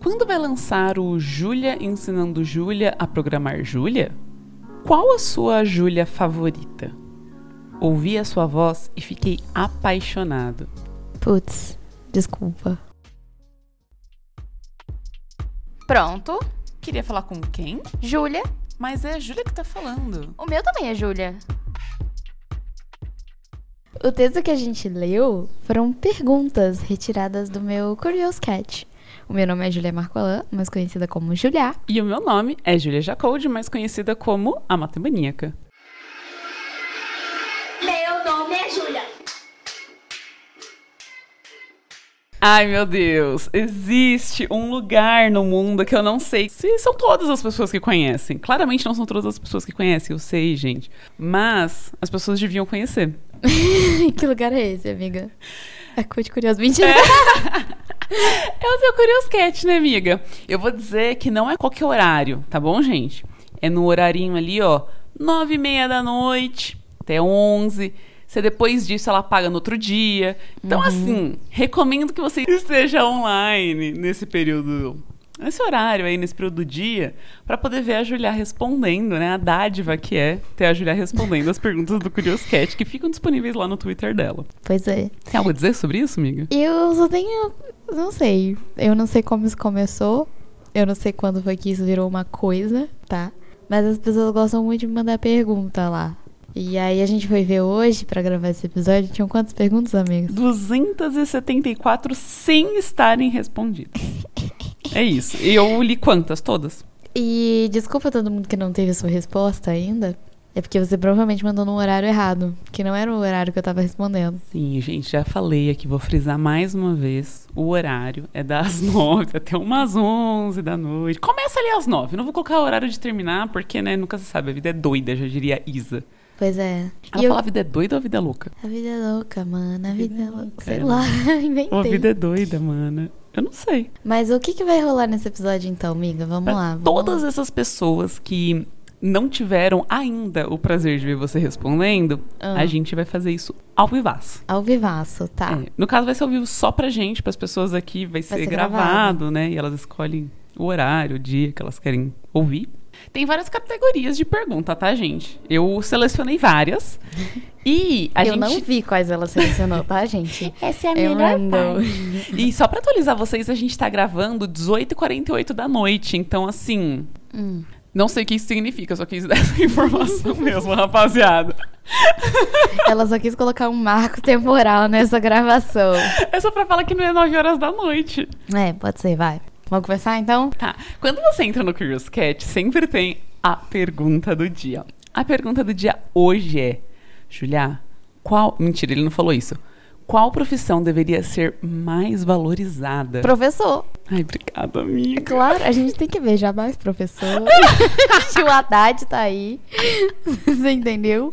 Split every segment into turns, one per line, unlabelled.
Quando vai lançar o Júlia ensinando Júlia a programar Júlia? Qual a sua Júlia favorita? Ouvi a sua voz e fiquei apaixonado.
Putz, desculpa.
Pronto.
Queria falar com quem?
Júlia.
Mas é a Júlia que tá falando.
O meu também é Júlia.
O texto que a gente leu foram perguntas retiradas do meu Curious Cat. O meu nome é Julia Marcolan, mais conhecida como Julia.
E o meu nome é Júlia Jacoldi, mais conhecida como a Matemaníaca.
Meu nome é Júlia.
Ai meu Deus, existe um lugar no mundo que eu não sei se são todas as pessoas que conhecem. Claramente não são todas as pessoas que conhecem, eu sei, gente. Mas as pessoas deviam conhecer.
que lugar é esse, amiga? É coisa de curioso. Mentira.
É o seu Curiosquete, né, amiga? Eu vou dizer que não é qualquer horário, tá bom, gente? É no horarinho ali, ó, nove e meia da noite até onze. Se depois disso ela paga no outro dia. Então, assim, recomendo que você esteja online nesse período, nesse horário aí, nesse período do dia, pra poder ver a Julia respondendo, né? A dádiva que é ter a Julia respondendo as perguntas do Curiosquete que ficam disponíveis lá no Twitter dela.
Pois é.
Tem algo a dizer sobre isso, amiga?
Eu só tenho. Não sei. Eu não sei como isso começou. Eu não sei quando foi que isso virou uma coisa, tá? Mas as pessoas gostam muito de me mandar pergunta lá. E aí a gente foi ver hoje pra gravar esse episódio. Tinham quantas perguntas, amigos?
274 sem estarem respondidas. É isso. E eu li quantas? Todas?
E desculpa todo mundo que não teve a sua resposta ainda. É porque você provavelmente mandou num horário errado, que não era o horário que eu tava respondendo.
Sim, gente, já falei aqui, vou frisar mais uma vez. O horário é das nove até umas onze da noite. Começa ali às nove. Não vou colocar o horário de terminar, porque, né, nunca se sabe. A vida é doida, já diria Isa.
Pois é.
Ela
E eu-
fala a vida é doida ou a vida é louca?
A vida é louca, mano. A vida é louca. Sei
é
lá,
Ou a
inventei.
vida é doida, mana. Eu não sei.
Mas o que, que vai rolar nesse episódio então, amiga? Vamos
Pra
lá. vamos-
É todas essas pessoas que não tiveram ainda o prazer de ver você respondendo,
Ah.
a gente vai fazer isso ao vivaço.
Ao vivaço, tá?
É, No caso, vai ser ao vivo só pra gente, pras pessoas aqui, vai, ser,
ser
gravado,
gravado.
né? E elas escolhem o horário, o dia que elas querem ouvir. Tem várias categorias de pergunta, tá, gente? Eu selecionei várias. E a
eu
gente.
não vi quais ela selecionou, tá, gente?
Essa é a
Eu
melhor
não dou.
parte.
E só pra atualizar vocês, a gente tá gravando 18h48 da noite. Então, assim. Não sei o que isso significa, só quis dar essa informação mesmo, rapaziada.
Ela só quis colocar um marco temporal nessa gravação.
É só pra falar que não é 9 horas da noite.
É, pode ser, vai. Vamos começar então?
Tá. Quando você entra no Curious Cat, sempre tem a pergunta do dia. A pergunta do dia hoje é: Julia, qual. Mentira, ele não falou isso. Qual profissão deveria ser mais valorizada?
Professor.
Ai, obrigada, amiga.
É Claro, a gente tem que ver jamais, professor. Tio Haddad tá aí. Você entendeu?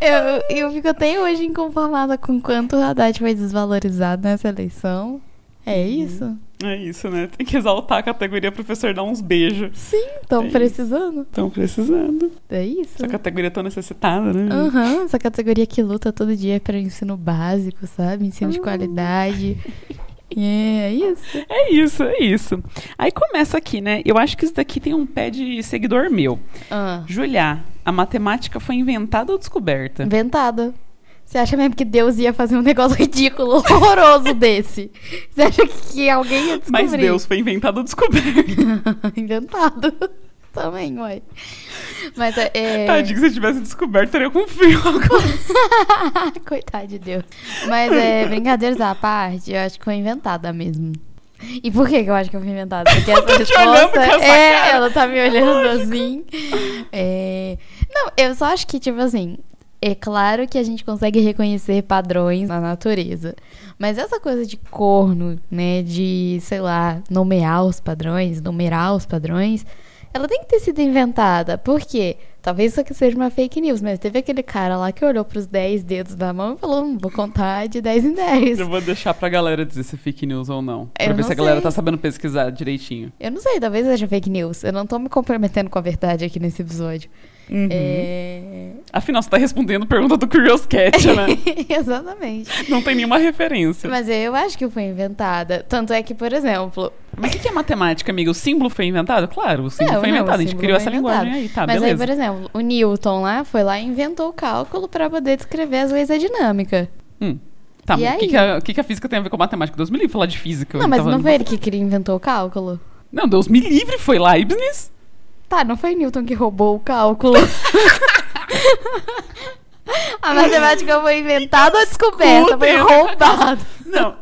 Eu, eu fico até hoje inconformada com quanto o Haddad foi desvalorizado nessa eleição. É isso?
É isso, né? Tem que exaltar a categoria professor dar uns beijos.
Sim,
É
estão
isso.
precisando.
Estão precisando.
É isso?
Essa categoria tão necessitada, né?
Aham, Uhum. essa categoria que luta todo dia para ensino básico, sabe? Ensino de
Hum.
qualidade. É, é isso.
É isso, é isso. Aí começa aqui, né? Eu acho que isso daqui tem um pé de seguidor meu. Ah. Julia, a matemática foi inventada ou descoberta?
Inventada. Você acha mesmo que Deus ia fazer um negócio ridículo, horroroso desse? Você acha que alguém ia descobrir?
Mas Deus foi inventado ou descoberta?
Inventado. Também, ué. Mas é. é-
Tadinho, se eu tivesse descoberto, estaria com frio agora.
Coitado de Deus. Mas é, brincadeiras à parte, eu acho que foi inventada mesmo. E por que, que eu acho que foi inventada? Porque essa
tô te
resposta.
olhando com essa
é,
cara.
ela tá me olhando assim. É, Não, eu só acho que, tipo assim, é claro que a gente consegue reconhecer padrões na natureza. Mas essa coisa de corno, né? De, sei lá, nomear os padrões, numerar os padrões, ela tem que ter sido inventada. Por quê? Talvez isso aqui seja uma fake news, mas teve aquele cara lá que olhou pros 10 dedos da mão e falou: "Hum, vou contar de 10 em 10.
Eu vou deixar pra galera dizer se é fake news ou não. Pra
Eu
ver
não
se a galera
sei.
tá sabendo pesquisar direitinho.
Eu não sei, talvez seja fake news. Eu não tô me comprometendo com a verdade aqui nesse episódio. Uhum.
Uhum.
É...
Afinal, você tá respondendo pergunta do Curious Cat, né?
Exatamente.
não tem nenhuma referência. Mas,
Mas eu acho que foi inventada. Tanto é que, por exemplo.
o que que é matemática, amiga? O símbolo foi inventado? Claro, o símbolo
Não,
foi
não, o
inventado. a gente
símbolo
criou
foi
essa linguagem
inventado.
aí, tá,
Mas aí,
beleza.
por exemplo, o Newton lá foi lá e inventou o cálculo pra poder descrever as leis da dinâmica.
Hum. Tá,
E
mas o que
aí?
que, a, o que que a física tem a ver com a matemática? Deus me livre falar de física.
não,
eu
mas
tava-
não foi ele que cri- inventou o cálculo.
Não, Deus me livre, foi Leibniz.
Tá, não foi Newton que roubou o cálculo. A matemática foi inventada ou descoberta? Foi
Escutem.
roubada.
Não.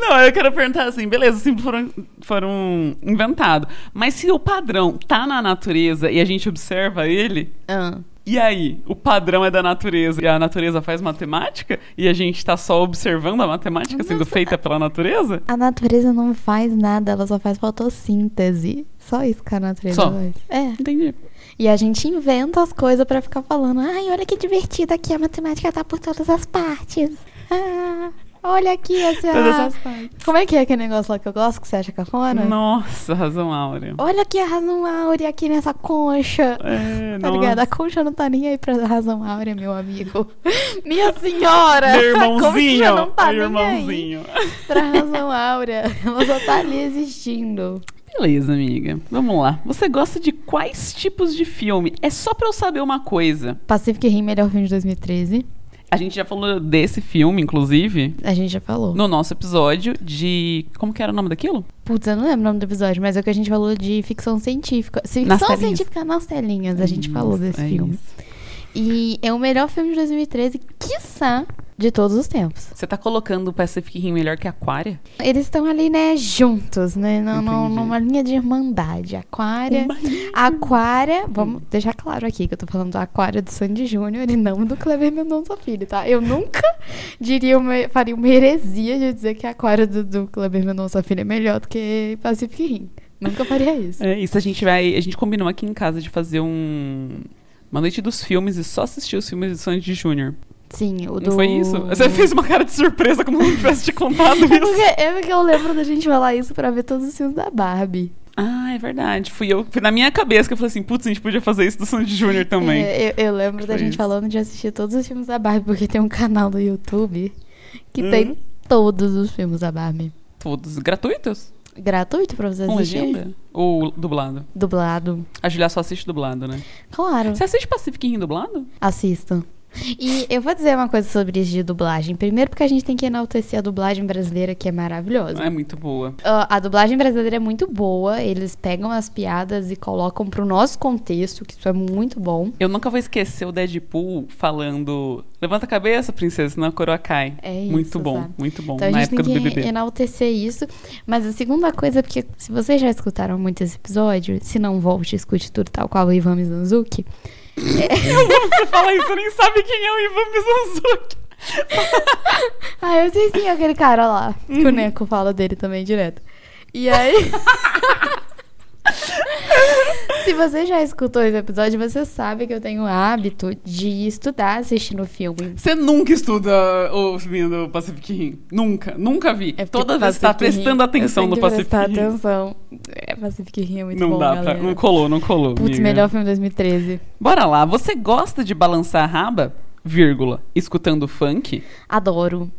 Não, eu quero perguntar assim, beleza, os símbolos foram, foram inventados. Mas se o padrão tá na natureza e a gente observa ele,
Ah.
e aí? O padrão é da natureza e a natureza faz matemática? E a gente tá só observando a matemática sendo
Nossa.
feita pela natureza?
A natureza não faz nada, ela só faz fotossíntese. Só isso que a natureza
Só.
faz. É.
Entendi.
E a gente inventa as coisas pra ficar falando. Ai, olha que divertido aqui, a matemática tá por todas as partes. Ah, olha aqui essa.
Todas as partes.
Como é que é aquele negócio lá que eu gosto que você acha cafona?
Nossa, razão áurea.
Olha que a razão áurea aqui nessa concha.
É,
Tá
nossa.
ligado? A concha não tá nem aí pra razão áurea, meu amigo. Minha senhora!
Meu
A concha
irmãozinho,
não tá
meu
nem aí
irmãozinho.
pra razão áurea. Ela só tá ali existindo.
Beleza, amiga. Vamos lá. Você gosta de quais tipos de filme? É só pra eu saber uma coisa.
Pacific Rim, melhor filme de 2013.
A gente já falou desse filme, inclusive,
A gente já falou.
no nosso episódio de. Como que era o nome daquilo?
Putz, eu não lembro o nome do episódio, mas é o que a gente falou de ficção científica. Se
Nas
Ficção
telinhas.
científica nas telinhas, a gente falou
Isso,
desse
é
filme.
isso.
E é o melhor filme de 2013, quiçá, de todos os tempos.
Você tá colocando o Pacific Rim melhor que Aquária?
Eles estão ali, né, juntos, né? Não, não-
Entendi.
numa linha de irmandade. Aquária. Aquária, vamos deixar claro aqui que eu tô falando do Aquária do Sandy Júnior e não do Cleber Mendonça Filho, tá? Eu nunca diria uma, faria uma heresia de dizer que Aquária do, do Cleber Mendonça Filho é melhor do que Pacific Rim. Nunca faria isso.
É isso, a gente vai. A gente combinou aqui em casa de fazer um. Uma noite dos filmes e só assistir os filmes de Sandy Júnior.
Sim, o do.
Não foi isso? Você fez um uma cara de surpresa como se eu não tivesse te contado
É
isso.
porque, é porque eu lembro da gente falar isso pra ver todos os filmes da Barbie.
Ah, é verdade. Fui eu. Foi na minha cabeça que eu falei assim: putz, a gente podia fazer isso do Sandy Júnior também.
É, eu, eu lembro da
Foi
gente
isso.
falando de assistir todos os filmes da Barbie, porque tem um canal do YouTube que
Hum.
tem todos os filmes da Barbie.
Todos gratuitos?
Gratuito pra você
Com
assistir.
legenda? Ou dublado?
Dublado.
A Julia só assiste dublado, né?
Claro,
Você assiste Pacific Rim dublado?
assisto. E eu vou dizer uma coisa sobre isso de dublagem. Primeiro, porque a gente tem que enaltecer a dublagem brasileira, que é maravilhosa.
É muito boa.
Ah, a dublagem brasileira é muito boa, eles pegam as piadas e colocam pro nosso contexto, que isso é muito bom.
Eu nunca vou esquecer o Deadpool falando: Levanta a cabeça, princesa, senão a coroa cai.
É isso,
muito bom,
sabe?
muito bom.
Então a
Na
gente
época do
tem que
BBB.
enaltecer isso. Mas a segunda coisa, é porque se vocês já escutaram muito esse episódio, se não volte, escute tudo tal qual o Ivan Mizanzuki.
Você fala isso, você nem sabe quem é o Ivan Mizanzuki.
Ah, eu sei sim, é aquele cara lá. Que o Neco fala dele também direto. E aí. Se você já escutou esse episódio, você sabe que eu tenho o hábito de estudar assistindo filme.
Você nunca estuda o filme do Pacific Rim. Nunca, nunca vi.
É porque
Toda vez você tá
Pacific Rim-
prestando atenção
eu
no
tenho que
Pacific
prestar
Rim.
atenção. É, Pacific Rim é muito
Não
bom,
dá pra.
galera.
Não colou, não colou.
Putz,
amiga.
melhor filme 2013.
Bora lá. Você gosta de balançar a raba? Vírgula. Escutando funk?
Adoro.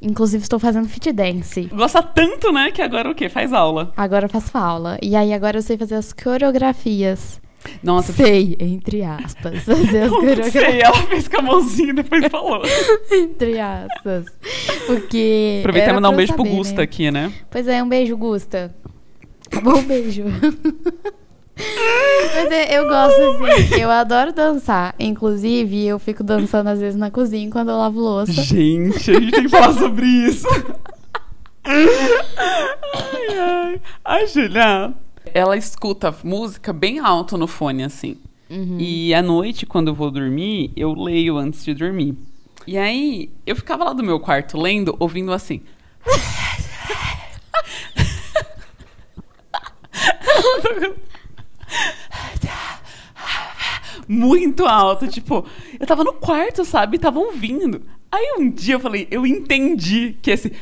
Inclusive, estou fazendo fit dance.
Gosta tanto, né? Que agora o quê? Faz aula.
Agora eu faço aula. E aí, agora eu sei fazer as coreografias.
Nossa, assim?
Sei, entre aspas, fazer as
Não
coreografias.
sei, ela fez com a mãozinha e depois falou.
Entre aspas. Porque.
Aproveitar e
era
mandar um
pra eu
beijo pro
saber,
Gusta
né?
aqui, né?
Pois é, um beijo, Gusta. Tá Bom um beijo. Mas é, eu gosto, assim, eu adoro dançar. Inclusive, eu fico dançando às vezes na cozinha quando eu lavo louça.
Gente, a gente tem que falar sobre isso. ai, ai. A Julia, ela escuta música bem alto no fone, assim.
Uhum.
E à noite, quando eu vou dormir, eu leio antes de dormir. E aí, eu ficava lá do meu quarto lendo, ouvindo assim. muito alto. Tipo, eu tava no quarto, sabe? E Tava ouvindo. Aí um dia eu falei, eu entendi que esse.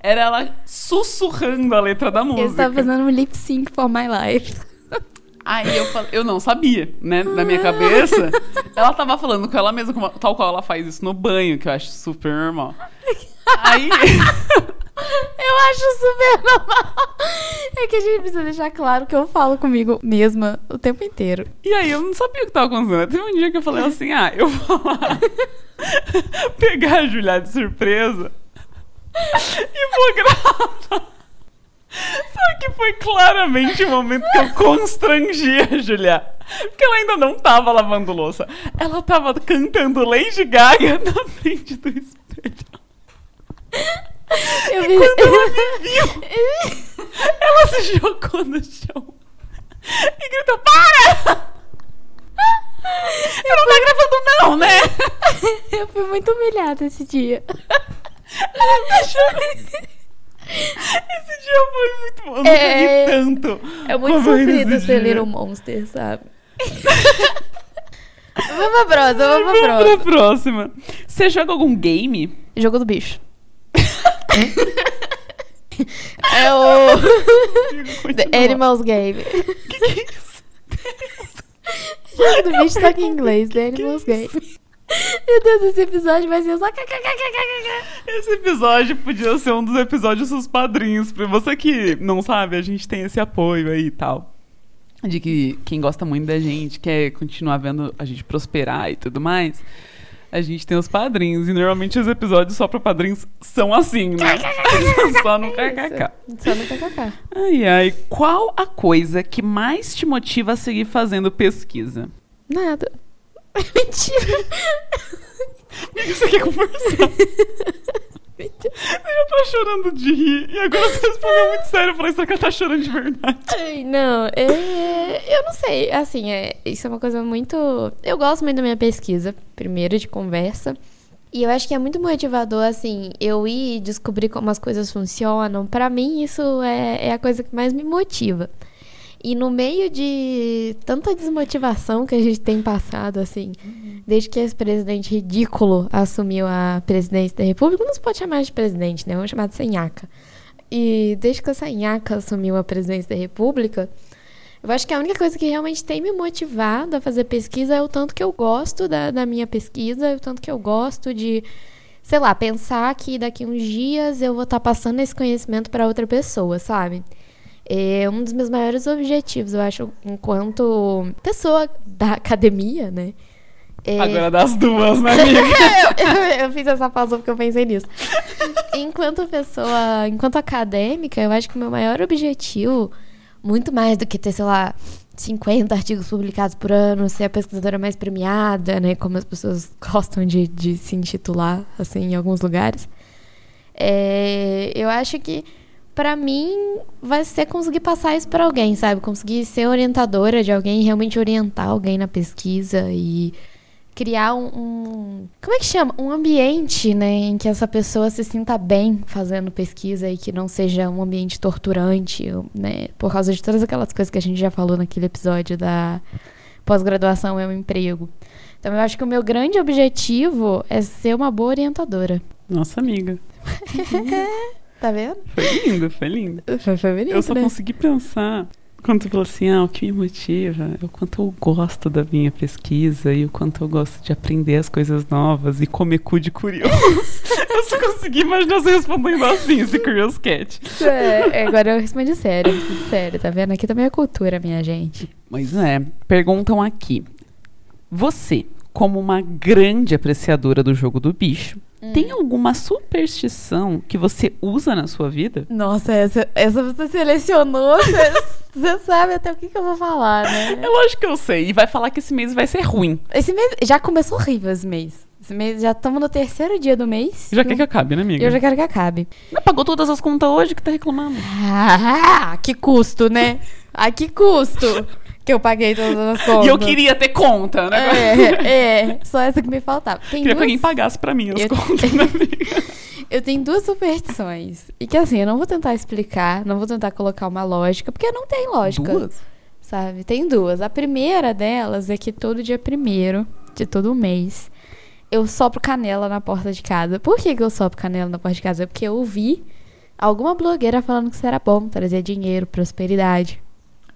Era ela sussurrando a letra da música.
Eu estava fazendo um lip sync for my life.
Aí eu falei, eu não sabia, né? Na minha cabeça, ela tava falando com ela mesma, como- tal qual ela faz isso no banho, que eu acho super normal. Aí.
Eu acho super normal. É que a gente precisa deixar claro que eu falo comigo mesma o tempo inteiro.
E aí eu não sabia o que tava acontecendo. Teve um dia que eu falei assim, ah, eu vou lá pegar a Julia de surpresa e vou gravar. Só que foi claramente o momento que eu constrangi a Julia. Porque ela ainda não tava lavando louça. Ela tava cantando Lady Gaga na frente do espelho.
Eu
E
vi-
quando ela me viu, ela se jogou no chão e gritou: Para! Você não tá gravando, não, né?
Eu fui muito humilhada esse dia.
Ela tá chorando. Esse dia foi muito bom. Eu nunca
É.
ri tanto.
É muito
como eu ri
sofrido um
nesse
ser
dia.
Little Monster, sabe?
Vamos pra próxima, vamos pra
Vamos
próxima.
pra próxima. Você joga algum game?
Jogo do bicho. é o. The Animals Game.
O que, que é isso?
Jogo do bicho, só que em inglês. The Animals Game. Meu Deus, esse episódio vai ser só. kkkkkk.
Esse episódio podia ser um dos episódios dos padrinhos. Pra você que não sabe, a gente tem esse apoio aí e tal. De que quem gosta muito da gente, quer continuar vendo a gente prosperar e tudo mais. A gente tem os padrinhos. E normalmente os episódios só pra padrinhos são assim, né? só no kkk.
Só no kkk.
Ai, ai. Qual a coisa que mais te motiva a seguir fazendo pesquisa?
Nada. Mentira.
Você quer conversar? Eu tô chorando de rir. E agora você respondeu muito sério. Eu falei, será que ela tá chorando de verdade?
Ai, Não, é, eu não sei. Assim, é, isso é uma coisa muito. Eu gosto muito da minha pesquisa, primeiro, de conversa. E eu acho que é muito motivador, assim, eu ir descobrir como as coisas funcionam. Pra mim, isso é, é a coisa que mais me motiva. E no meio de tanta desmotivação que a gente tem passado, assim, desde que esse presidente ridículo assumiu a presidência da República, não se pode chamar de presidente, né? Vamos chamar de senhaca. E desde que essa nhaca assumiu a presidência da República, eu acho que a única coisa que realmente tem me motivado a fazer pesquisa é o tanto que eu gosto da, da minha pesquisa, é o tanto que eu gosto de, sei lá, pensar que daqui uns dias eu vou estar passando esse conhecimento para outra pessoa, sabe? É um dos meus maiores objetivos, eu acho, enquanto pessoa da academia, né? É-
Agora das duas, né, amiga?
eu, eu- eu fiz essa pausa porque eu pensei nisso. Enquanto pessoa, enquanto acadêmica, eu acho que o meu maior objetivo, muito mais do que ter, sei lá, 50 artigos publicados por ano, ser a pesquisadora mais premiada, né? Como as pessoas gostam de, de se intitular, assim, em alguns lugares. É, eu acho que, pra mim, vai ser conseguir passar isso pra alguém, sabe? Conseguir ser orientadora de alguém, realmente orientar alguém na pesquisa e criar um, um- Como é que chama? Um ambiente, né? Em que essa pessoa se sinta bem fazendo pesquisa e que não seja um ambiente torturante, né? Por causa de todas aquelas coisas que a gente já falou naquele episódio da pós-graduação é um emprego. Então eu acho que o meu grande objetivo é ser uma boa orientadora.
Nossa, amiga.
Tá vendo?
Foi lindo, foi lindo.
Foi, foi bonito,
Eu só
né?
consegui pensar quando tu falou assim, ah, o que me motiva é o quanto eu gosto da minha pesquisa e o quanto eu gosto de aprender as coisas novas e comer cu de curioso. eu só consegui imaginar você respondendo assim, esse Curious Cat.
É, agora eu respondi sério, sério, tá vendo? Aqui também é cultura, minha gente.
Pois é. Perguntam aqui. Você, como uma grande apreciadora do jogo do bicho, tem alguma superstição que você usa na sua vida?
Nossa, essa, essa você selecionou, você, você sabe até o que, que eu vou falar, né?
É lógico que eu sei. E vai falar que esse mês vai ser ruim.
Esse mês já começou horrível esse mês. Esse mês já estamos no terceiro dia do mês.
Já quer que acabe, né,
E
amiga?
eu já quero que acabe.
Não pagou todas as contas hoje que tá reclamando.
Ah, que custo, né? A que custo que eu paguei todas as contas.
E eu queria ter conta, né?
É, é, só essa que me faltava.
Queria
Tem
que
duas-
alguém pagasse pra mim as
Eu-
contas, né, amiga?
Eu tenho duas superstições. E que assim, eu não vou tentar explicar, não vou tentar colocar uma lógica, porque não tem lógica. sabe? Tem duas. A primeira delas é que todo dia primeiro de todo mês eu sopro canela na porta de casa. Por que, que eu sopro canela na porta de casa? É Porque eu ouvi alguma blogueira falando que isso era bom, trazia dinheiro, prosperidade.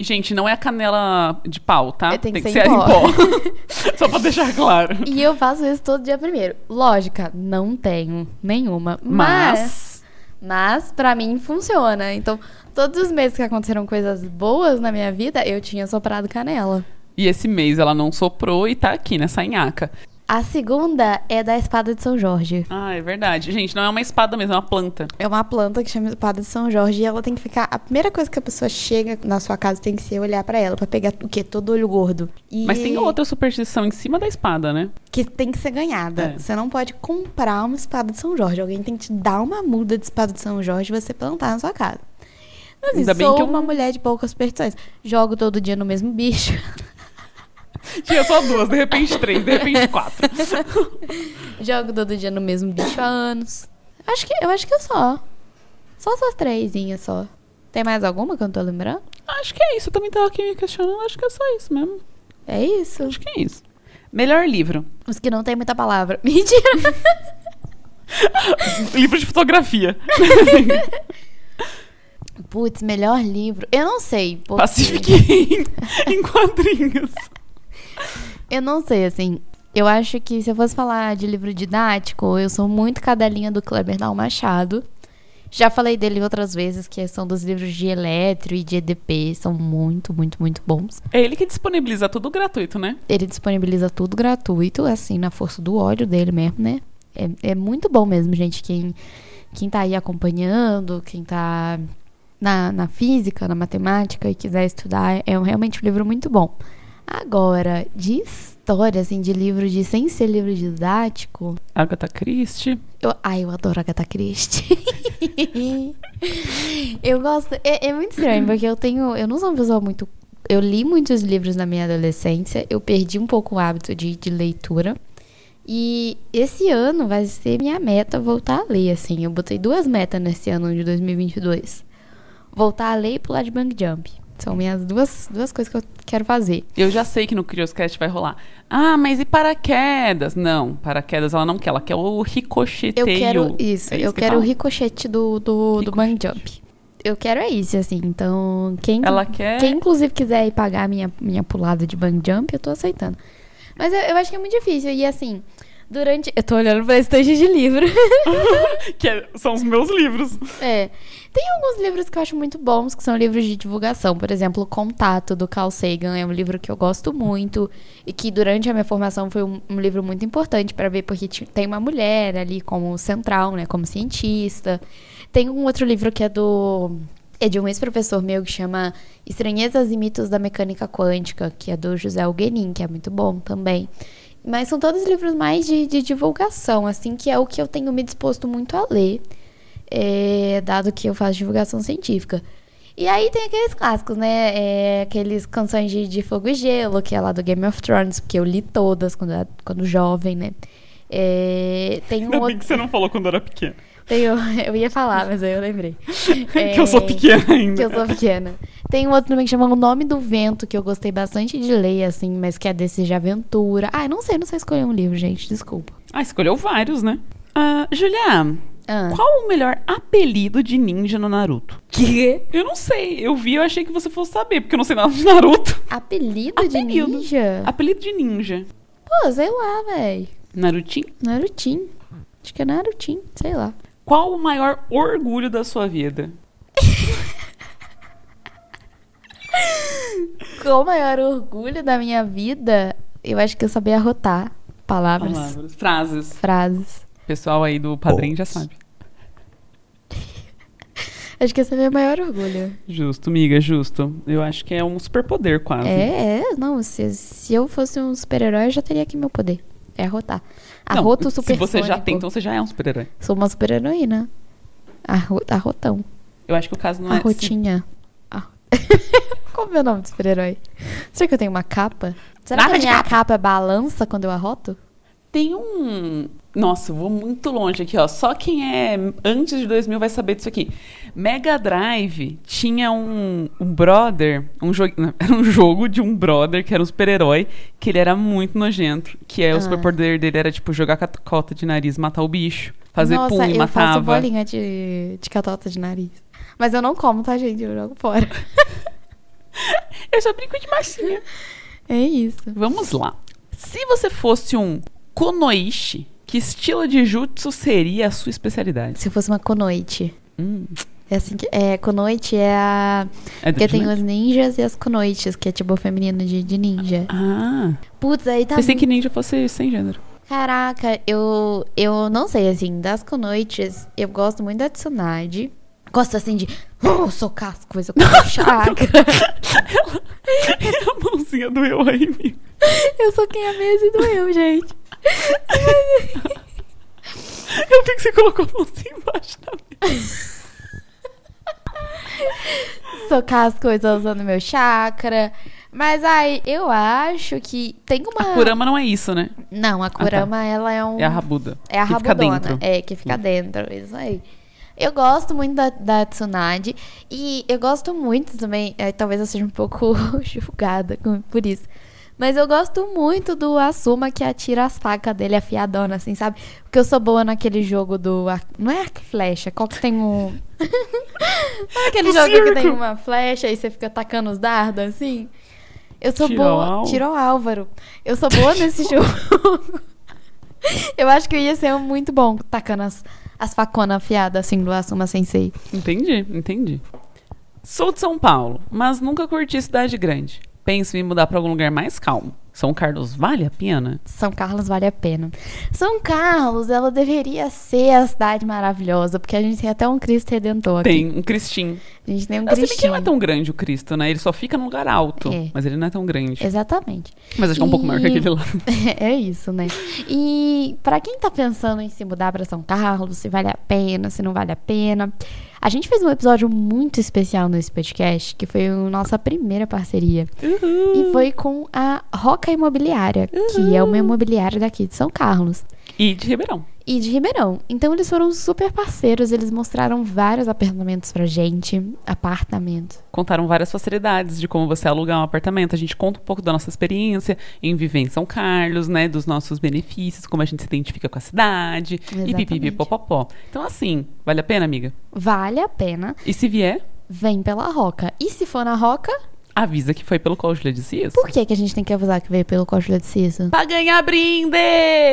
Gente, não é canela de pau, tá?
É, tem que
ser
ser em
em pó. Só pra deixar claro.
E eu faço isso todo dia primeiro. Lógica, não tenho nenhuma. Mas.
Mas.
Mas pra mim funciona. Então, todos os meses que aconteceram coisas boas na minha vida, eu tinha soprado canela.
E esse mês ela não soprou e tá aqui nessa nhaca.
A segunda é da espada de São Jorge.
Ah, é verdade. Gente, não é uma espada mesmo, é uma planta.
É uma planta que chama espada de São Jorge e ela tem que ficar. A primeira coisa que a pessoa chega na sua casa tem que ser olhar pra ela, pra pegar o quê? Todo olho gordo. E-
Mas tem outra superstição em cima da espada, né?
Que tem que ser ganhada.
É.
Você não pode comprar uma espada de São Jorge. Alguém tem que te dar uma muda de espada de São Jorge e você plantar na sua casa. Mas assim,
Ainda bem
sou
que eu-
uma mulher de poucas superstições. Jogo todo dia no mesmo bicho.
Tinha só duas, de repente três, de repente quatro.
Jogo todo dia no mesmo bicho há anos. Acho que, eu acho que eu só. Só essas trêsinhas só. Tem mais alguma que eu não tô lembrando?
Acho que é isso. Eu também tava aqui me questionando. Acho que é só isso mesmo.
É isso.
Acho que é isso. Melhor livro.
Os que não tem muita palavra. Mentira!
livro de fotografia.
Putz, melhor livro. Eu não sei. porque-
Pacific Rim em quadrinhos.
Eu não sei, assim. Eu acho que se eu fosse falar de livro didático, eu sou muito cadelinha do Kleber Dal Machado. Já falei dele outras vezes, que são dos livros de Eletro e de EDP. São muito, muito, muito bons.
É ele que disponibiliza tudo gratuito, né?
Ele disponibiliza tudo gratuito, assim, na força do ódio dele mesmo, né? É, é muito bom mesmo, gente. Quem, quem tá aí acompanhando, quem tá na, na física, na matemática e quiser estudar, é um- realmente um livro muito bom. Agora, de história, assim, de livro de sem ser livro didático,
Agatha Christie.
eu, ai, eu adoro Agatha Christie. eu gosto. É, é muito estranho, porque eu tenho. Eu não sou uma pessoa muito. Eu li muitos livros na minha adolescência. Eu perdi um pouco o hábito de, de leitura. E esse ano vai ser minha meta voltar a ler, assim. Eu botei duas metas nesse ano de 2022. Voltar a ler e pular de bang jump. São minhas duas, duas coisas que eu quero fazer.
Eu já sei que no Curioscast vai rolar. Ah, mas e paraquedas? Não, paraquedas ela não quer. Ela quer o ricocheteio.
Eu quero isso,
É
eu
que
quero o
fala?
ricochete do, do, do bang jump. Eu quero é isso, assim. Então, quem,
Ela quer-
quem inclusive quiser ir pagar a minha, minha pulada de bang jump, eu tô aceitando. Mas eu, eu acho que é muito difícil. E assim, durante. Eu tô olhando pra estante de livro.
Que é- são os meus livros.
é. Tem alguns livros que eu acho muito bons, que são livros de divulgação. Por exemplo, Contato, do Carl Sagan, é um livro que eu gosto muito. E que durante a minha formação foi um, um livro muito importante pra ver, porque ti- tem uma mulher ali como central, né? Como cientista. Tem um outro livro que é do. É de um ex-professor meu que chama Estranhezas e Mitos da Mecânica Quântica, que é do José Huguenin, que é muito bom também. Mas são todos livros mais de, de divulgação, assim, que é o que eu tenho me disposto muito a ler, é, dado que eu faço divulgação científica. E aí tem aqueles clássicos, né? É, aqueles canções de, de Fogo e Gelo, que é lá do Game of Thrones, porque eu li todas quando, era- quando jovem, né? É, tem um
Ainda bem
outro,
que você não falou quando eu era pequena.
tem um- eu ia falar, mas aí eu lembrei.
Que eu sou
É,
pequena
que
ainda.
eu sou pequena. Tem um outro também que chama O Nome do Vento, que eu gostei bastante de ler, assim, mas que é desse de aventura. Ah, eu não sei, não sei escolher um livro, gente, desculpa.
Ah, escolheu vários, né? Ah, Julia,
Ah.
qual o melhor apelido de ninja no Naruto?
Que?
Eu não sei. Eu vi e eu achei que você fosse saber, porque eu não sei nada de Naruto.
Apelido, de
Apelido.
ninja?
Apelido de ninja.
Pô, sei lá, véi.
Narutinho?
Narutin. Acho que é Narutin, sei lá.
Qual o maior orgulho da sua vida?
Com o maior orgulho da minha vida, eu acho que eu sabia arrotar palavras,
Palavras. Frases.
frases.
O pessoal aí do padrinho já sabe.
Acho que esse é meu maior orgulho.
Justo, miga, justo. Eu acho que é um superpoder quase.
É, é, não, se, se eu fosse um super-herói, eu já teria aqui meu poder. É arrotar.
Não,
Arroto super
Se você já tem, então você já é um super-herói.
Sou uma super-heroína. Arro- Arrotão.
Eu acho que o caso não é. assim.
Arrotinha. Arro- Como é o meu nome de super-herói? Será que eu tenho uma capa? Será
Nada
que a
de
minha
capa.
capa balança quando eu arroto?
Tem um Nossa, eu vou muito longe aqui, ó. Só quem é antes de 2000 vai saber disso aqui. Mega Drive tinha um, um brother, um jogo, era um jogo de um brother que era um super-herói, que ele era muito nojento, que é
Ah.
o superpoder dele era tipo jogar catacota de nariz, matar o bicho, fazer
Nossa,
pum e
eu faço
matava.
bolinha de, de catota de nariz. Mas eu não como, tá, gente? Eu jogo fora.
Eu só brinco de massinha.
É isso.
Vamos lá. Se você fosse um konoishi, que estilo de jutsu seria a sua especialidade?
Se eu fosse uma Konoite.
Hum,
É assim que. É, Konoite é a.
é
Porque tem
Dutchman?
os ninjas e as Konoites, que é tipo o feminino de, de ninja.
Ah,
Putz, aí tá.
pensei que ninja fosse sem gênero.
Caraca, eu, eu não sei, assim, das Konoites, eu gosto muito da Tsunade. Gosto assim de. Oh, sou casco, coisa com chakra.
A mãozinha doeu aí, amiga.
eu sou quem a mesa e doeu, gente.
Eu vi que você colocou a mãozinha embaixo da mesa.
socar as coisas usando meu chakra. Mas aí, eu acho que tem uma.
A Kurama não é isso, né?
Não, a Kurama, ela Ah, é um.
É a rabuda.
É a
que fica
rabudona.
dentro. Hum.
É, que fica dentro, isso aí. Eu gosto muito da, da Tsunade. E eu gosto muito também. é, talvez eu seja um pouco julgada com- por isso. Mas eu gosto muito do Asuma que atira as facas dele afiadona, assim, sabe? Porque eu sou boa naquele jogo do. ar- Não é arco e flecha, qual que tem um. Não é aquele
Do
jogo que tem
circo.
uma flecha e você fica atacando os dardos, assim? Eu sou
Tiro
boa.
ao-
Tiro ao Álvaro. Eu sou boa nesse jogo. Eu acho que eu ia ser um muito bom tacando as, as faconas afiadas assim do Asuma Sensei.
Entendi, entendi. Sou de São Paulo, mas nunca curti cidade grande. Penso em mudar pra algum lugar mais calmo. São Carlos vale a pena?
São Carlos vale a pena. São Carlos, ela deveria ser a cidade maravilhosa, porque a gente tem até um Cristo Redentor aqui.
Tem um Cristim.
A gente tem um
Eu sei que
Cristinho.
não é tão grande o Cristo, né? Ele só fica num lugar alto,
É.
mas ele não é tão grande.
Exatamente.
Mas acho que é um pouco maior que
E-
aquele lá.
é isso, né? E pra quem tá pensando em se mudar pra São Carlos, se vale a pena, se não vale a pena, a gente fez um episódio muito especial nesse podcast, que foi a nossa primeira parceria. E foi com a Roca Imobiliária, que é uma imobiliária daqui de São Carlos
E de Ribeirão.
e de Ribeirão. Então eles foram super parceiros, eles mostraram vários apartamentos pra gente, apartamentos.
Contaram várias facilidades de como você alugar um apartamento. A gente conta um pouco da nossa experiência em viver em São Carlos, né? Dos nossos benefícios, como a gente se identifica com a cidade. E
Exatamente.
pipipi, popopó. Então, assim, vale a pena, amiga?
Vale a pena,
E se vier,
vem pela Roca. E se for na Roca,
avisa que foi pelo Cláudio de Cias.
por que que a gente tem que avisar que veio pelo Código de Ciso?
Pra ganhar brinde!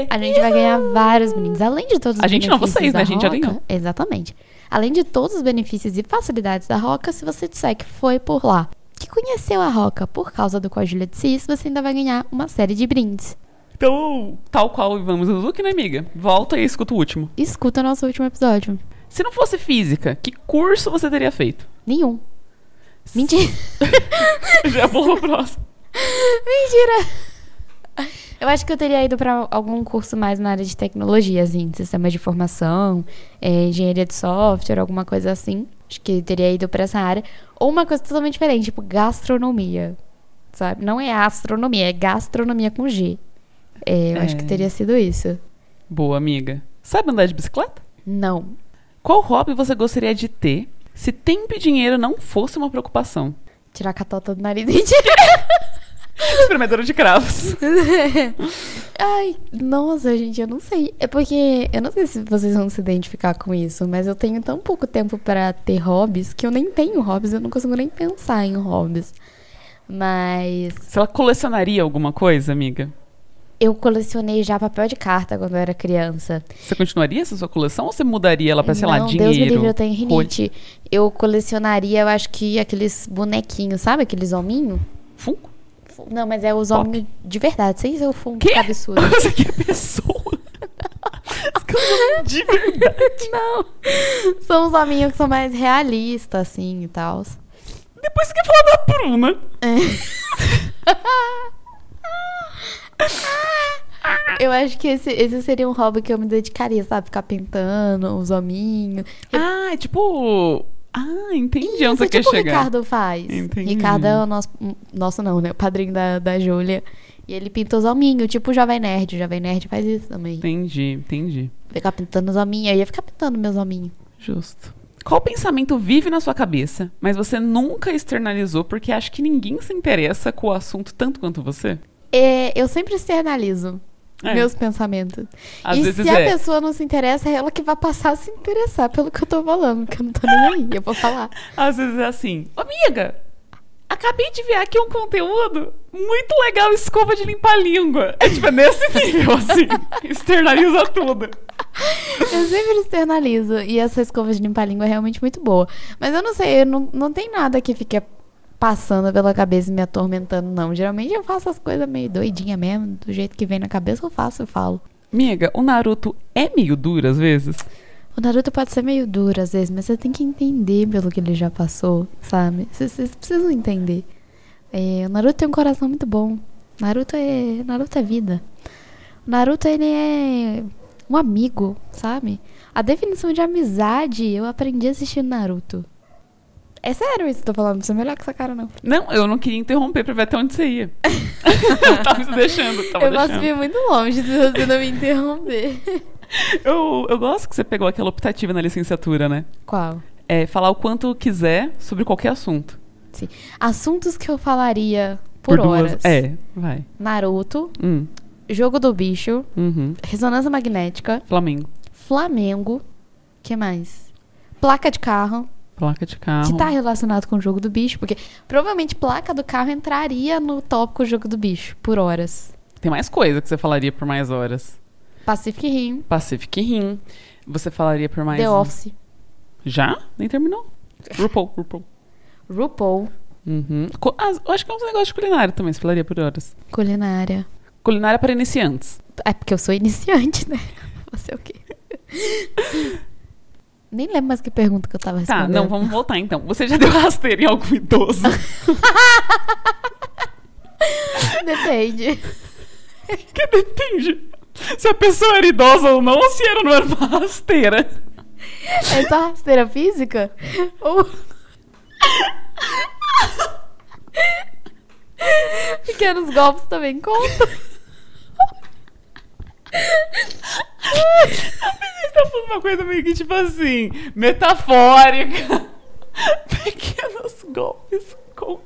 A gente vai ganhar vários brindes, além de todos os
A gente não,
benefícios
vocês,
da
né? A gente já
Roca.
ganhou.
Exatamente. Além de todos os benefícios e facilidades da Roca, se você disser que foi por lá, que conheceu a Roca por causa do Coagulha de Cis, você ainda vai ganhar uma série de brindes.
Então, tal qual o Ivan Mizuzuki, né, amiga? Volta e escuta o último.
Escuta nosso último episódio.
Se não fosse física, que curso você teria feito?
Nenhum. Mentira.
Já vou pro próximo.
Mentira. Eu acho que eu teria ido pra algum curso mais na área de tecnologia, assim, de sistemas de formação, eh, engenharia de software, alguma coisa assim. Acho que teria ido pra essa área. Ou uma coisa totalmente diferente, tipo gastronomia, sabe? Não é astronomia, é gastronomia com G. É, eu acho que
É.
teria sido isso.
Boa, amiga. Sabe andar de bicicleta?
Não.
Qual hobby você gostaria de ter se tempo e dinheiro não fosse uma preocupação?
Tirar a catota do nariz. Mentira.
Espremedora de cravos.
Ai, nossa, gente, eu não sei. É porque eu não sei se vocês vão se identificar com isso, mas eu tenho tão pouco tempo pra ter hobbies que eu nem tenho hobbies, eu não consigo nem pensar em hobbies. Mas
Se ela colecionaria alguma coisa, amiga,
eu colecionei já papel de carta quando eu era criança.
você continuaria essa sua coleção ou você mudaria ela pra, sei lá,
não,
dinheiro?
Deus me livre, eu tenho
cor-
rinite. Eu colecionaria, eu acho que aqueles bonequinhos, sabe? Aqueles hominhos?
Funko?
Não, mas é os
Pop.
hominhos de verdade, sem ser o fundo
Quê?
absurdo.
Essa aqui é pessoa. Esse cara é um de verdade.
Não. São os hominhos que são mais realistas, assim, e tal.
Depois você quer falar da Bruna.
Eu acho que esse, esse seria um hobby que eu me dedicaria, sabe? Ficar pintando os hominhos.
Ah, é tipo Ah, entendi onde
Isso,
você
tipo
quer
o
chegar.
Ricardo faz.
Entendi.
Ricardo é o nosso. Nosso não, né? O padrinho da, da Júlia. E ele pinta os hominhos, tipo o Jovem Nerd. O Jovem Nerd faz isso também.
Entendi, entendi.
Ficar pintando os hominhos. Eu ia ficar pintando meus hominhos.
Justo. Qual pensamento vive na sua cabeça, mas você nunca externalizou porque acha que ninguém se interessa com o assunto tanto quanto você?
É, eu sempre externalizo
É.
meus pensamentos.
Às
e
vezes
se a
é.
pessoa não se interessa, é ela que vai passar a se interessar pelo que eu tô falando, porque eu não tô nem aí. Eu vou falar.
Às vezes é assim, "Ô, amiga, acabei de ver aqui um conteúdo muito legal, escova de limpar a língua. É tipo, é nesse nível, assim, externaliza tudo.
Eu sempre externalizo. E essa escova de limpar a língua é realmente muito boa. Mas eu não sei, eu não, não tem nada que fique passando pela cabeça e me atormentando, não. Geralmente eu faço as coisas meio doidinha mesmo, do jeito que vem na cabeça eu faço, eu falo.
Amiga, o Naruto é meio duro às vezes?
O Naruto pode ser meio duro às vezes, mas você tem que entender pelo que ele já passou, sabe? Vocês vocês precisam entender. É, o Naruto tem um coração muito bom. Naruto é, Naruto é vida. O Naruto ele é um amigo, sabe? A definição de amizade eu aprendi assistindo Naruto. É sério isso que eu tô falando, não precisa melhor com essa cara não.
Não, eu não queria interromper pra ver até onde você ia. tava me deixando, tava
eu posso
deixando.
vir muito longe se você não me interromper.
Eu, eu gosto que você pegou aquela optativa na licenciatura, né?
Qual?
É falar o quanto quiser sobre qualquer assunto.
Sim. Assuntos que eu falaria por,
duas-
horas.
É, vai.
Naruto,
Hum,
Jogo do Bicho,
uhum.
Ressonância Magnética,
Flamengo.
Flamengo, que mais? Placa de carro,
Placa de carro.
que tá relacionado com o Jogo do Bicho, porque provavelmente placa do carro entraria no tópico Jogo do Bicho, por horas.
Tem mais coisa que você falaria por mais horas.
Pacific Rim,
Pacific Rim. Você falaria por mais. um.
The Office,
Já? Nem terminou. RuPaul, RuPaul.
RuPaul,
Uhum. Co- ah, eu acho que é um negócio de culinária também, você falaria por horas.
Culinária.
Culinária para iniciantes.
É porque eu sou iniciante, né? Você é o quê? Nem lembro mais que pergunta que eu tava
Tá,
respondendo.
não, vamos voltar então. Você já deu rasteira em algum idoso?
Depende.
que depende se a pessoa era idosa ou não, ou se era ou não era uma rasteira.
É só rasteira física? Uh. Ou. Pequenos golpes também contam.
Você tá falando uma coisa meio que tipo assim, metafórica. Pequenos golpes contam.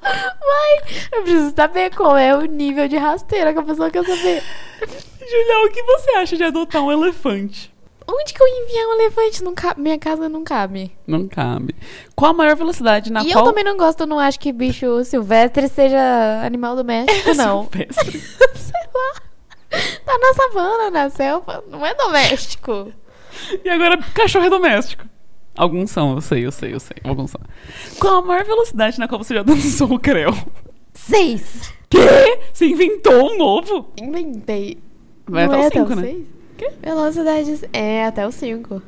Vai! Eu preciso saber qual é o nível de rasteira que a pessoa quer saber.
Julião, o que você acha de adotar um elefante?
Onde que eu ia enviar um elefante? Não cabe- Minha casa não cabe.
Não cabe. Qual a maior velocidade na
e
qual...
eu também não gosto, eu não acho que bicho silvestre seja animal doméstico,
é
não.
Silvestre.
Sei lá. Tá na savana, na selva. Não é doméstico.
E agora, cachorro é doméstico. Alguns são, eu sei, eu sei, eu sei. Alguns são. Qual a maior velocidade na qual você já dançou o creu?
Seis!
Quê? Você inventou um novo?
Inventei.
Vai
Não
até
é
o 5,
até o
né?
seis?
Quê?
Velocidades é até o 5.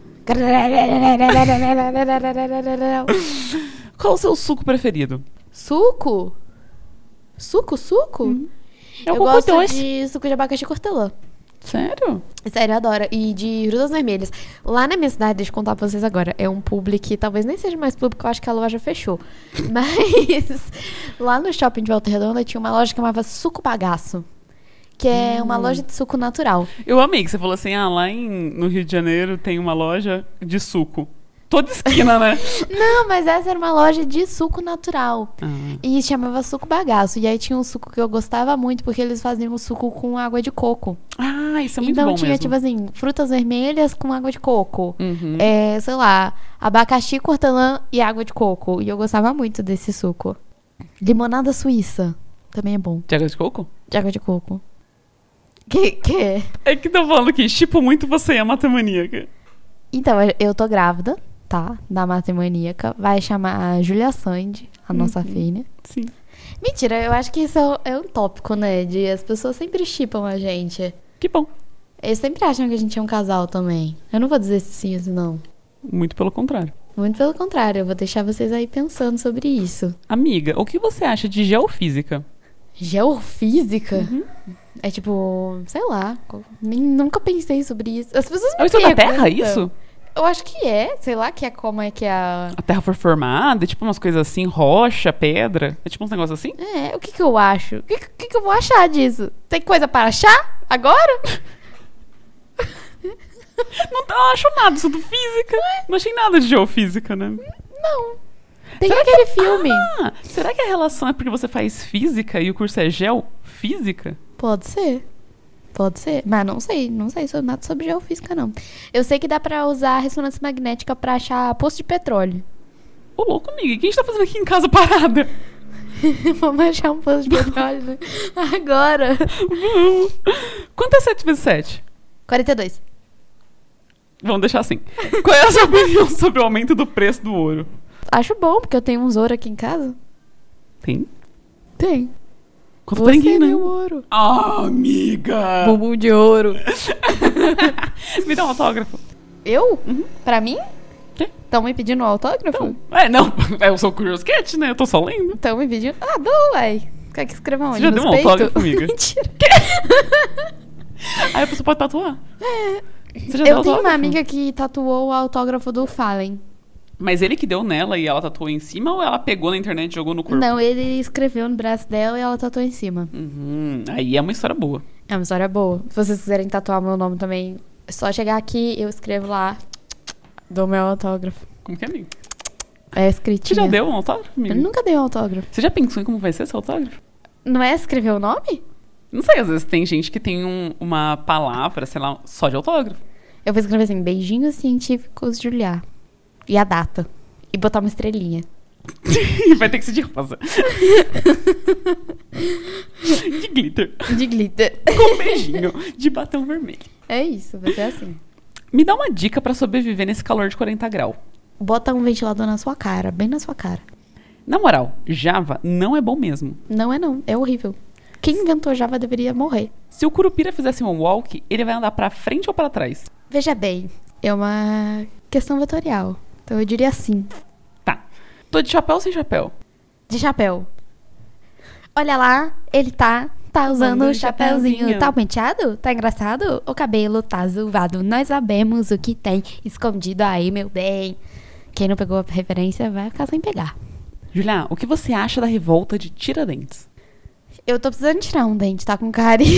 Qual o seu suco preferido?
suco? Suco, suco?
É
eu
o
gosto
doce.
de suco de abacaxi e hortelã.
Sério?
Sério, eu adoro. E de frutas vermelhas. Lá na minha cidade, deixa eu contar pra vocês agora, é um público que talvez nem seja mais público, eu acho que a loja fechou. Mas lá no shopping de Volta Redonda tinha uma loja que chamava Suco Bagaço. Que é uma loja de suco natural.
Eu amei que você falou assim, ah, lá em- no Rio de Janeiro tem uma loja de suco. Toda esquina, né?
Não, mas essa era uma loja de suco natural.
Ah,
E chamava suco bagaço. E aí tinha um suco que eu gostava muito, porque eles faziam o suco com água de coco.
Ah, isso é muito
então
bom
tinha,
mesmo.
tipo assim, frutas vermelhas com água de coco.
Uhum.
É, sei lá, abacaxi, cortelã e água de coco. E eu gostava muito desse suco. Limonada suíça. Também é bom.
De água de coco?
De água de coco. Que, que é?
É que tô falando que tipo muito você e a matemaníaca.
Então, eu tô grávida, tá? Da matemaníaca. Vai chamar a Julia Sandy, a nossa filha.
Sim.
Mentira, eu acho que isso é um- é um tópico, né? De as pessoas sempre chipam a gente.
Que bom.
Eles sempre acham que a gente é um casal também. Eu não vou dizer se sim ou se não.
Muito pelo contrário.
Muito pelo contrário, eu vou deixar vocês aí pensando sobre isso.
Amiga, o que você acha de geofísica?
Geofísica?
Uhum.
É tipo, sei lá. co- Nem, nunca pensei sobre isso. As pessoas me
É o estudo da
perguntam.
Terra, isso?
Eu acho que é, sei lá que é como é que é a.
A terra foi formada, é tipo umas coisas assim, rocha, pedra. É tipo uns negócios assim?
É, o que que eu acho? O que, que- o que que eu vou achar disso? Tem coisa para achar? Agora?
Não, eu não acho nada, isso do física. Não achei nada de geofísica, né?
Não. Tem aquele filme.
Ah, será que a relação é porque você faz física e o curso é geofísica?
Pode ser. Pode ser. Mas não sei. Não sei sobre nada sobre geofísica, não. Eu sei que dá pra usar a ressonância magnética pra achar poço de petróleo.
Ô, louco, amiga, o que a gente tá fazendo aqui em casa parada?
Vamos achar um poço de petróleo, né? Agora.
Vamos. Quanto é 7 vezes 7?
42.
Vamos deixar assim. Qual é a sua opinião sobre o aumento do preço do ouro?
Acho bom, porque eu tenho uns ouro aqui em casa.
Tem?
Tem.
Quanto pra
Você
ninguém,
é
né?
meu ouro.
Ah, amiga!
Bumbum de ouro.
Me dá um autógrafo.
Eu? Pra mim?
Quê?
Estão me pedindo um autógrafo?
Então, é, não, eu sou Curious Cat, né? Eu tô só lendo.
Estão me pedindo. Ah, dou, uai. Quer que escreva onde?
já
Nos
deu um
peitos?
autógrafo, amiga?
Mentira.
Aí a pessoa pode tatuar.
É.
Você já deu
Eu tenho
autógrafo?
uma amiga que tatuou o autógrafo do Fallen.
Mas ele que deu nela e ela tatuou em cima ou ela pegou na internet e jogou no corpo?
Não, ele escreveu no braço dela e ela tatuou em cima.
Uhum, aí é uma história boa.
É uma história boa. Se vocês quiserem tatuar meu nome também, é só chegar aqui, eu escrevo lá, dou meu autógrafo.
Como que é, amigo?
É
Você
escritinho.
já deu um autógrafo, amigo?
Eu nunca dei um autógrafo.
Você já pensou em como vai ser esse autógrafo?
Não é escrever o nome?
Não sei, às vezes tem gente que tem um- uma palavra, sei lá, só de autógrafo.
Eu vou escrever assim, beijinhos científicos, Juliá. E a data. E botar uma estrelinha.
E vai ter que ser de rosa. de glitter.
De glitter.
Com beijinho. De batom vermelho.
É isso, vai ser assim.
Me dá uma dica pra sobreviver nesse calor de 40 graus.
Bota um ventilador na sua cara, bem na sua cara.
Na moral, Java não é bom mesmo.
Não é não, é horrível. Quem inventou Java deveria morrer.
Se o Curupira fizesse um walk, ele vai andar pra frente ou pra trás?
Veja bem, é uma questão vetorial. Então eu diria sim.
Tá. Tô de chapéu ou sem chapéu?
De chapéu. Olha lá, ele tá, tá usando
Usando um
o chapéuzinho.
chapéuzinho.
Tá penteado? Tá engraçado? O cabelo tá zoado. Nós sabemos o que tem escondido aí, meu bem. Quem não pegou a referência vai ficar sem pegar.
Julia, o que você acha da revolta de Tiradentes?
Eu tô precisando tirar um dente, tá com cara.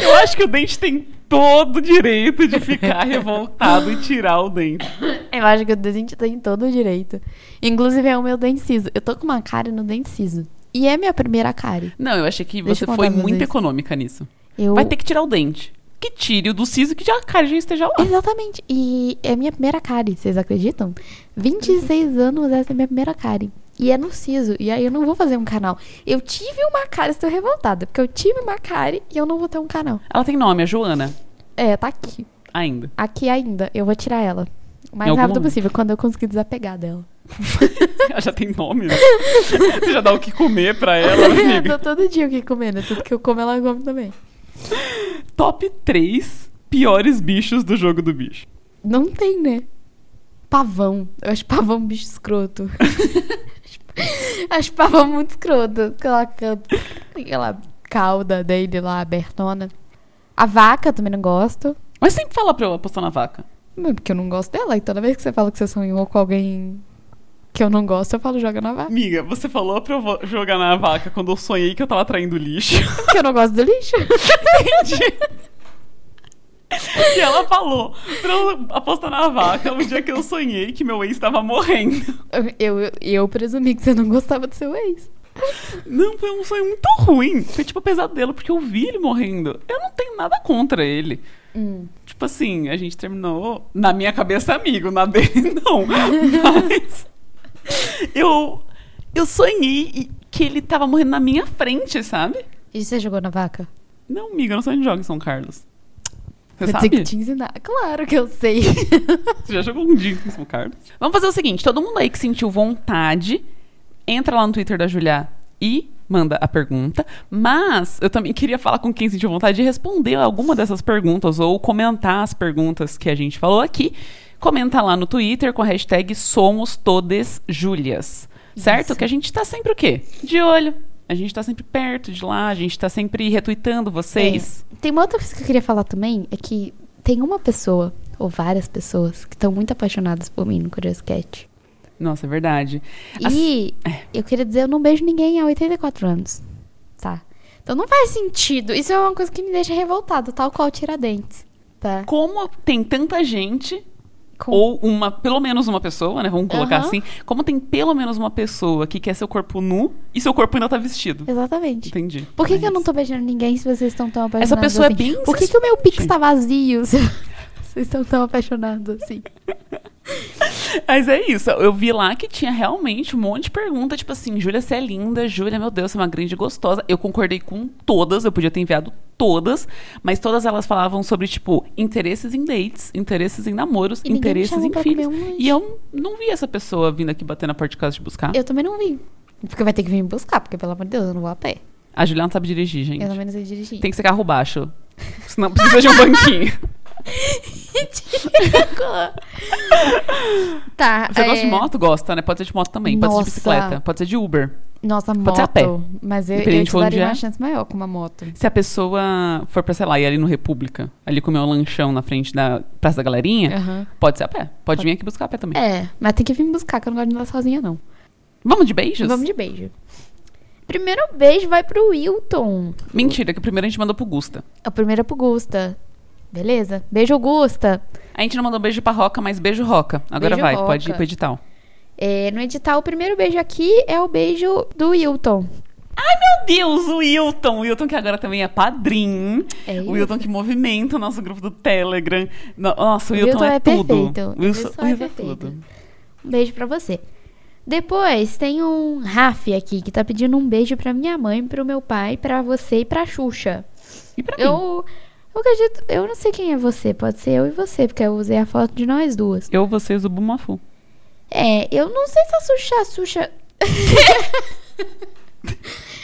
Eu acho que o dente tem todo o direito de ficar revoltado e tirar o dente.
Eu acho que o dente tem todo o direito. Inclusive é o meu dente siso. Eu tô com uma cárie no dente siso. E é minha primeira cárie.
Não, eu achei que
Deixa
você
eu contar
foi
pra
muito
vocês.
econômica nisso.
Eu...
Vai ter que tirar o dente. Que tire o do siso que já a cara já esteja lá.
Exatamente. E é minha primeira cárie, vocês acreditam? 26 anos essa é minha primeira cárie. E é no siso. E aí eu não vou fazer um canal. Eu tive uma cárie, estou revoltada. Porque eu tive uma cárie e eu não vou ter um canal.
Ela tem nome, a Joana,
É, tá aqui.
ainda.
Aqui ainda. Eu vou tirar ela.
Em
O mais
algum
rápido
momento.
possível, quando eu conseguir desapegar dela.
Ela já tem nome, né? Você já dá o que comer pra ela, né,
eu
amiga.
tô todo dia aqui comendo. Tudo que eu como, ela come também.
Top 3 piores bichos do jogo do bicho.
Não tem, né? Pavão. Eu acho pavão um bicho escroto. acho pavão muito escroto. Aquela, ca- aquela cauda dele lá, abertona. A vaca eu também não gosto.
Mas sempre fala pra eu apostar na vaca.
Mas Porque eu não gosto dela. E toda vez que você fala que você sonhou com alguém que eu não gosto, eu falo, joga na vaca.
Amiga, você falou pra eu vo- jogar na vaca quando eu sonhei que eu tava traindo lixo.
Porque eu não gosto do lixo.
Entendi. E ela falou pra eu apostar na vaca o dia que eu sonhei que meu ex tava morrendo.
Eu, eu, eu presumi que você não gostava do seu ex.
Não, foi um sonho muito ruim. Foi tipo pesadelo, porque eu vi ele morrendo. Eu não tenho nada contra ele.
Hum.
Tipo assim, a gente terminou. Na minha cabeça, amigo, na dele, não. Mas. Eu. Eu sonhei e- que ele tava morrendo na minha frente, sabe?
E você jogou na vaca?
Não, amiga, eu não sei onde joga em São Carlos. Você
Vou
sabe?
ter que te ensinar. Claro que eu sei.
Você já jogou um dia em São Carlos? Vamos fazer o seguinte: todo mundo aí que sentiu vontade, entra lá no Twitter da Julia e manda a pergunta. Mas eu também queria falar com quem sentiu vontade de responder alguma dessas perguntas ou comentar as perguntas que a gente falou aqui. Comenta lá no Twitter com a hashtag Somos Todes Julias. Certo?
Isso.
Que a gente tá sempre o quê? De olho. A gente tá sempre perto de lá, a gente tá sempre retweetando vocês.
É. Tem uma outra coisa que eu queria falar também, é que
Tem uma pessoa, ou várias pessoas, que estão muito apaixonadas por mim no Curious Cat.
Nossa, é verdade.
E eu queria dizer, eu não beijo ninguém há 84 anos. Tá. Então não faz sentido. Isso é uma coisa que me deixa revoltada, tal qual Tiradentes. Tá.
Como tem tanta gente
Com-
ou uma, pelo menos uma pessoa, né? Vamos colocar
Aham.
assim. Como tem pelo menos uma pessoa que quer seu corpo nu e seu corpo ainda tá vestido.
Exatamente.
Entendi.
Por que,
É
que eu não
isso.
tô beijando ninguém se vocês estão tão apaixonados?
Essa pessoa é
assim?
bem
Por que, que o meu pix tá vazio se vocês estão tão apaixonados assim?
Mas é isso. Eu vi lá que tinha realmente um monte de pergunta, tipo assim, Júlia, você é linda, Júlia, meu Deus, você é uma grande gostosa. Eu concordei com todas, eu podia ter enviado todas, mas todas elas falavam sobre, tipo, interesses em dates, interesses em namoros,
E ninguém me
interesses
chamou
em
pra
filhos.
comer um lanche.
e eu não vi essa pessoa vindo aqui bater na porta de casa te buscar.
Eu também não vi. Porque vai ter que vir me buscar, porque pelo amor de Deus, eu não vou a pé.
A Juliana não sabe dirigir, gente.
Eu também não sei dirigir.
Tem que ser carro baixo. Senão precisa de um banquinho.
Ridícula.
Tá.
Você
é,
gosta de moto? Gosta, né? Pode ser de moto também. Pode ser de
Nossa.
bicicleta. Pode ser de Uber.
Nossa, moto.
ser a pé.
Mas eu, eu
Dependente de
te
onde
daria
é.
uma chance maior com uma moto.
Se a pessoa for pra, sei lá, ir ali no República, ali comer um lanchão na frente da Praça da Galerinha,
Aham.
pode ser a pé. Pode, vir aqui buscar a pé também.
É, mas tem que vir me buscar, que eu não gosto de andar sozinha, não.
Vamos de beijos?
Vamos de beijo. Primeiro beijo vai pro Wilton.
Mentira, que primeiro a gente mandou pro Gusta.
A primeira é pro Gusta. Beleza? Beijo, Gusta.
A gente não mandou beijo pra Roca, mas beijo Roca. Agora
Beijo
vai,
Roca.
pode ir pro edital.
É, no edital, o primeiro beijo aqui é o beijo do Wilton.
Meu Deus, o Wilton. O Wilton que agora também é padrinho.
É
o Wilton que movimenta o nosso grupo do Telegram. No- Nossa, o
O
Wilton,
Wilton
é,
é
tudo.
perfeito.
O Wilson, o
Wilson é
Wilton é
perfeito.
tudo.
Um beijo pra você. Depois tem um Raf aqui que tá pedindo um beijo pra minha mãe, pro meu pai, pra você e pra Xuxa.
E pra mim?
Eu, eu acredito, eu não sei quem é você, pode ser eu e você, porque eu usei a foto de nós duas.
Eu, vocês, o Bumafu.
É, eu não sei se a Xuxa, a Xuxa.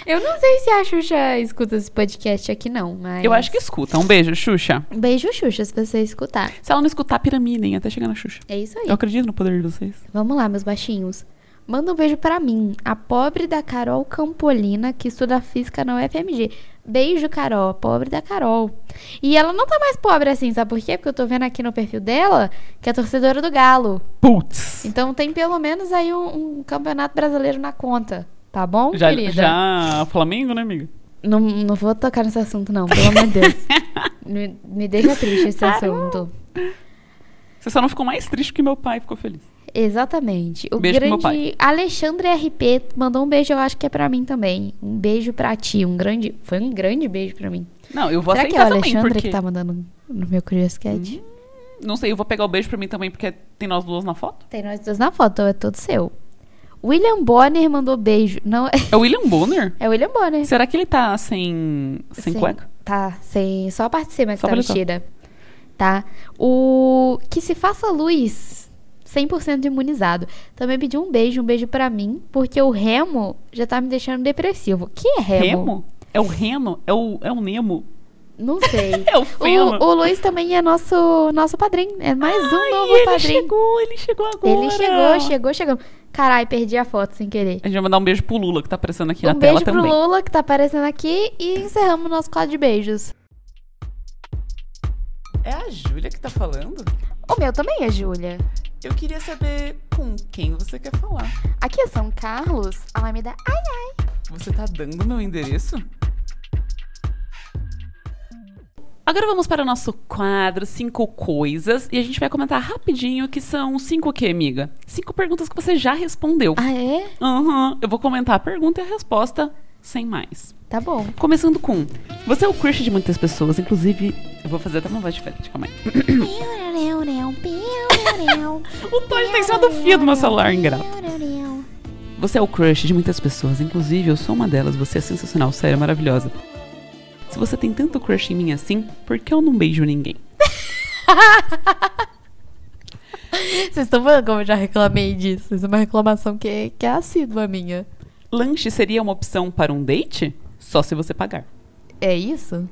eu não sei se a Xuxa escuta esse podcast aqui não, mas
Eu acho que escuta. Um beijo, Xuxa.
um beijo Xuxa se você escutar.
Se ela não escutar, piramidem até chegar na Xuxa.
É isso aí.
Eu acredito no poder de vocês.
Vamos lá, meus baixinhos. Manda um beijo pra mim, a pobre da Carol Campolina, que estuda física na UFMG. Beijo, Carol, a pobre da Carol. E ela não tá mais pobre assim, sabe por quê? Porque eu tô vendo aqui no perfil dela que é torcedora do Galo.
Putz!
Então tem pelo menos aí um, um campeonato brasileiro na conta, tá bom,
Já,
querida?
já Flamengo, né, amiga?
Não, não vou tocar nesse assunto, não, pelo amor de Deus. me, me deixa triste esse assunto.
Você só não ficou mais triste que meu pai ficou feliz.
Exatamente. O
Beijo pro meu
grande Alexandre RP mandou um beijo, eu acho que é pra mim também. Um beijo pra ti, um grande, foi um grande beijo pra mim.
Não, eu vou
Será que é o
aceitar também,
Alexandre
porque... Hum.
que tá mandando no meu Curious Cat?
Não sei, eu vou pegar o beijo pra mim também, porque tem nós duas na foto.
Tem nós dois na foto, então é todo seu. William Bonner mandou beijo. Não,
É o William Bonner?
é William Bonner.
Será que ele tá sem, sem, cueca?
Tá, sem só a parte de cima que
Só
tá
paletó.
vestida. Tá? O que se faça luz 100% imunizado. Também pediu um beijo, um beijo pra mim, porque o remo já tá me deixando depressivo. Que é remo?
Remo? É o Reno? É o, é o Nemo?
Não sei.
É o Feno?
o, o Luiz também é nosso, nosso padrinho. É mais um
Ai,
novo
ele
padrinho.
chegou, ele chegou agora.
Ele chegou, chegou, chegou. Carai, perdi a foto sem querer.
A gente vai mandar um beijo pro Lula, que tá aparecendo aqui na
um beijo
tela também.
pro Lula que tá aparecendo aqui e encerramos o nosso quadro de beijos.
É a Júlia que tá falando?
O meu também é Júlia.
Eu queria saber com quem você quer falar.
Aqui é São Carlos, Alameda. Ai,
Você tá dando meu endereço? Agora vamos para o nosso quadro Cinco Coisas e a gente vai comentar rapidinho que são cinco o quê, amiga? Cinco perguntas que você já respondeu.
Ah, é?
Aham, eu vou comentar a pergunta e a resposta sem mais.
Tá bom.
Começando com: Você é o crush de muitas pessoas, inclusive. Eu vou fazer até uma voz diferente, calma aí. O Todd tá em cima do fio do meu celular, ingrato. Você é o crush de muitas pessoas, inclusive eu sou uma delas, você é sensacional, sério, maravilhosa. Se você tem tanto crush em mim assim, por que eu não beijo ninguém?
Vocês estão vendo como eu já reclamei disso? Isso é uma reclamação que é, que é assídua minha.
Lanche seria uma opção para um date? Só se você pagar.
É isso?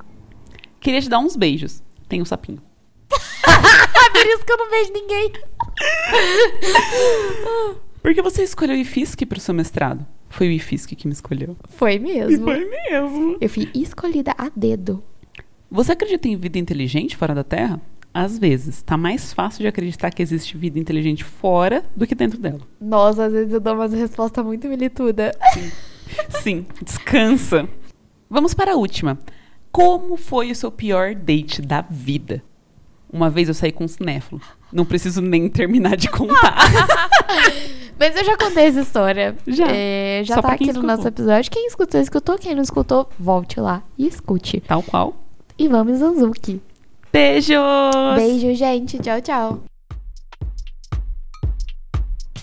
Queria te dar uns beijos. Tem um sapinho.
É por isso que eu não vejo ninguém.
Por que você escolheu o IFISC para o seu mestrado? Foi o IFISC que me escolheu.
Foi mesmo.
mesmo.
Eu fui escolhida a dedo.
Você acredita em vida inteligente fora da Terra? Às vezes, tá mais fácil de acreditar que existe vida inteligente fora do que dentro dela.
Nossa, às vezes eu dou umas respostas muito milituda.
Sim, descansa. Vamos para a última. Como foi o seu pior date da vida? Uma vez eu saí com um cinéfilo. Não preciso nem terminar de contar.
Mas eu já contei essa história.
Já.
É, já
Só
tá
pra quem
aqui no nosso
escutou.
episódio. Quem escutou, escutou. Quem não escutou, volte lá e escute.
Tal qual.
E vamos, Zanzuki.
Beijos!
Beijo, gente. Tchau, tchau.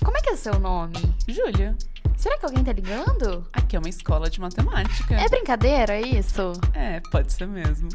Como é que é o seu nome?
Júlia,
Será que alguém tá ligando?
aqui é uma escola de matemática.
É brincadeira, é isso?
É, pode ser mesmo.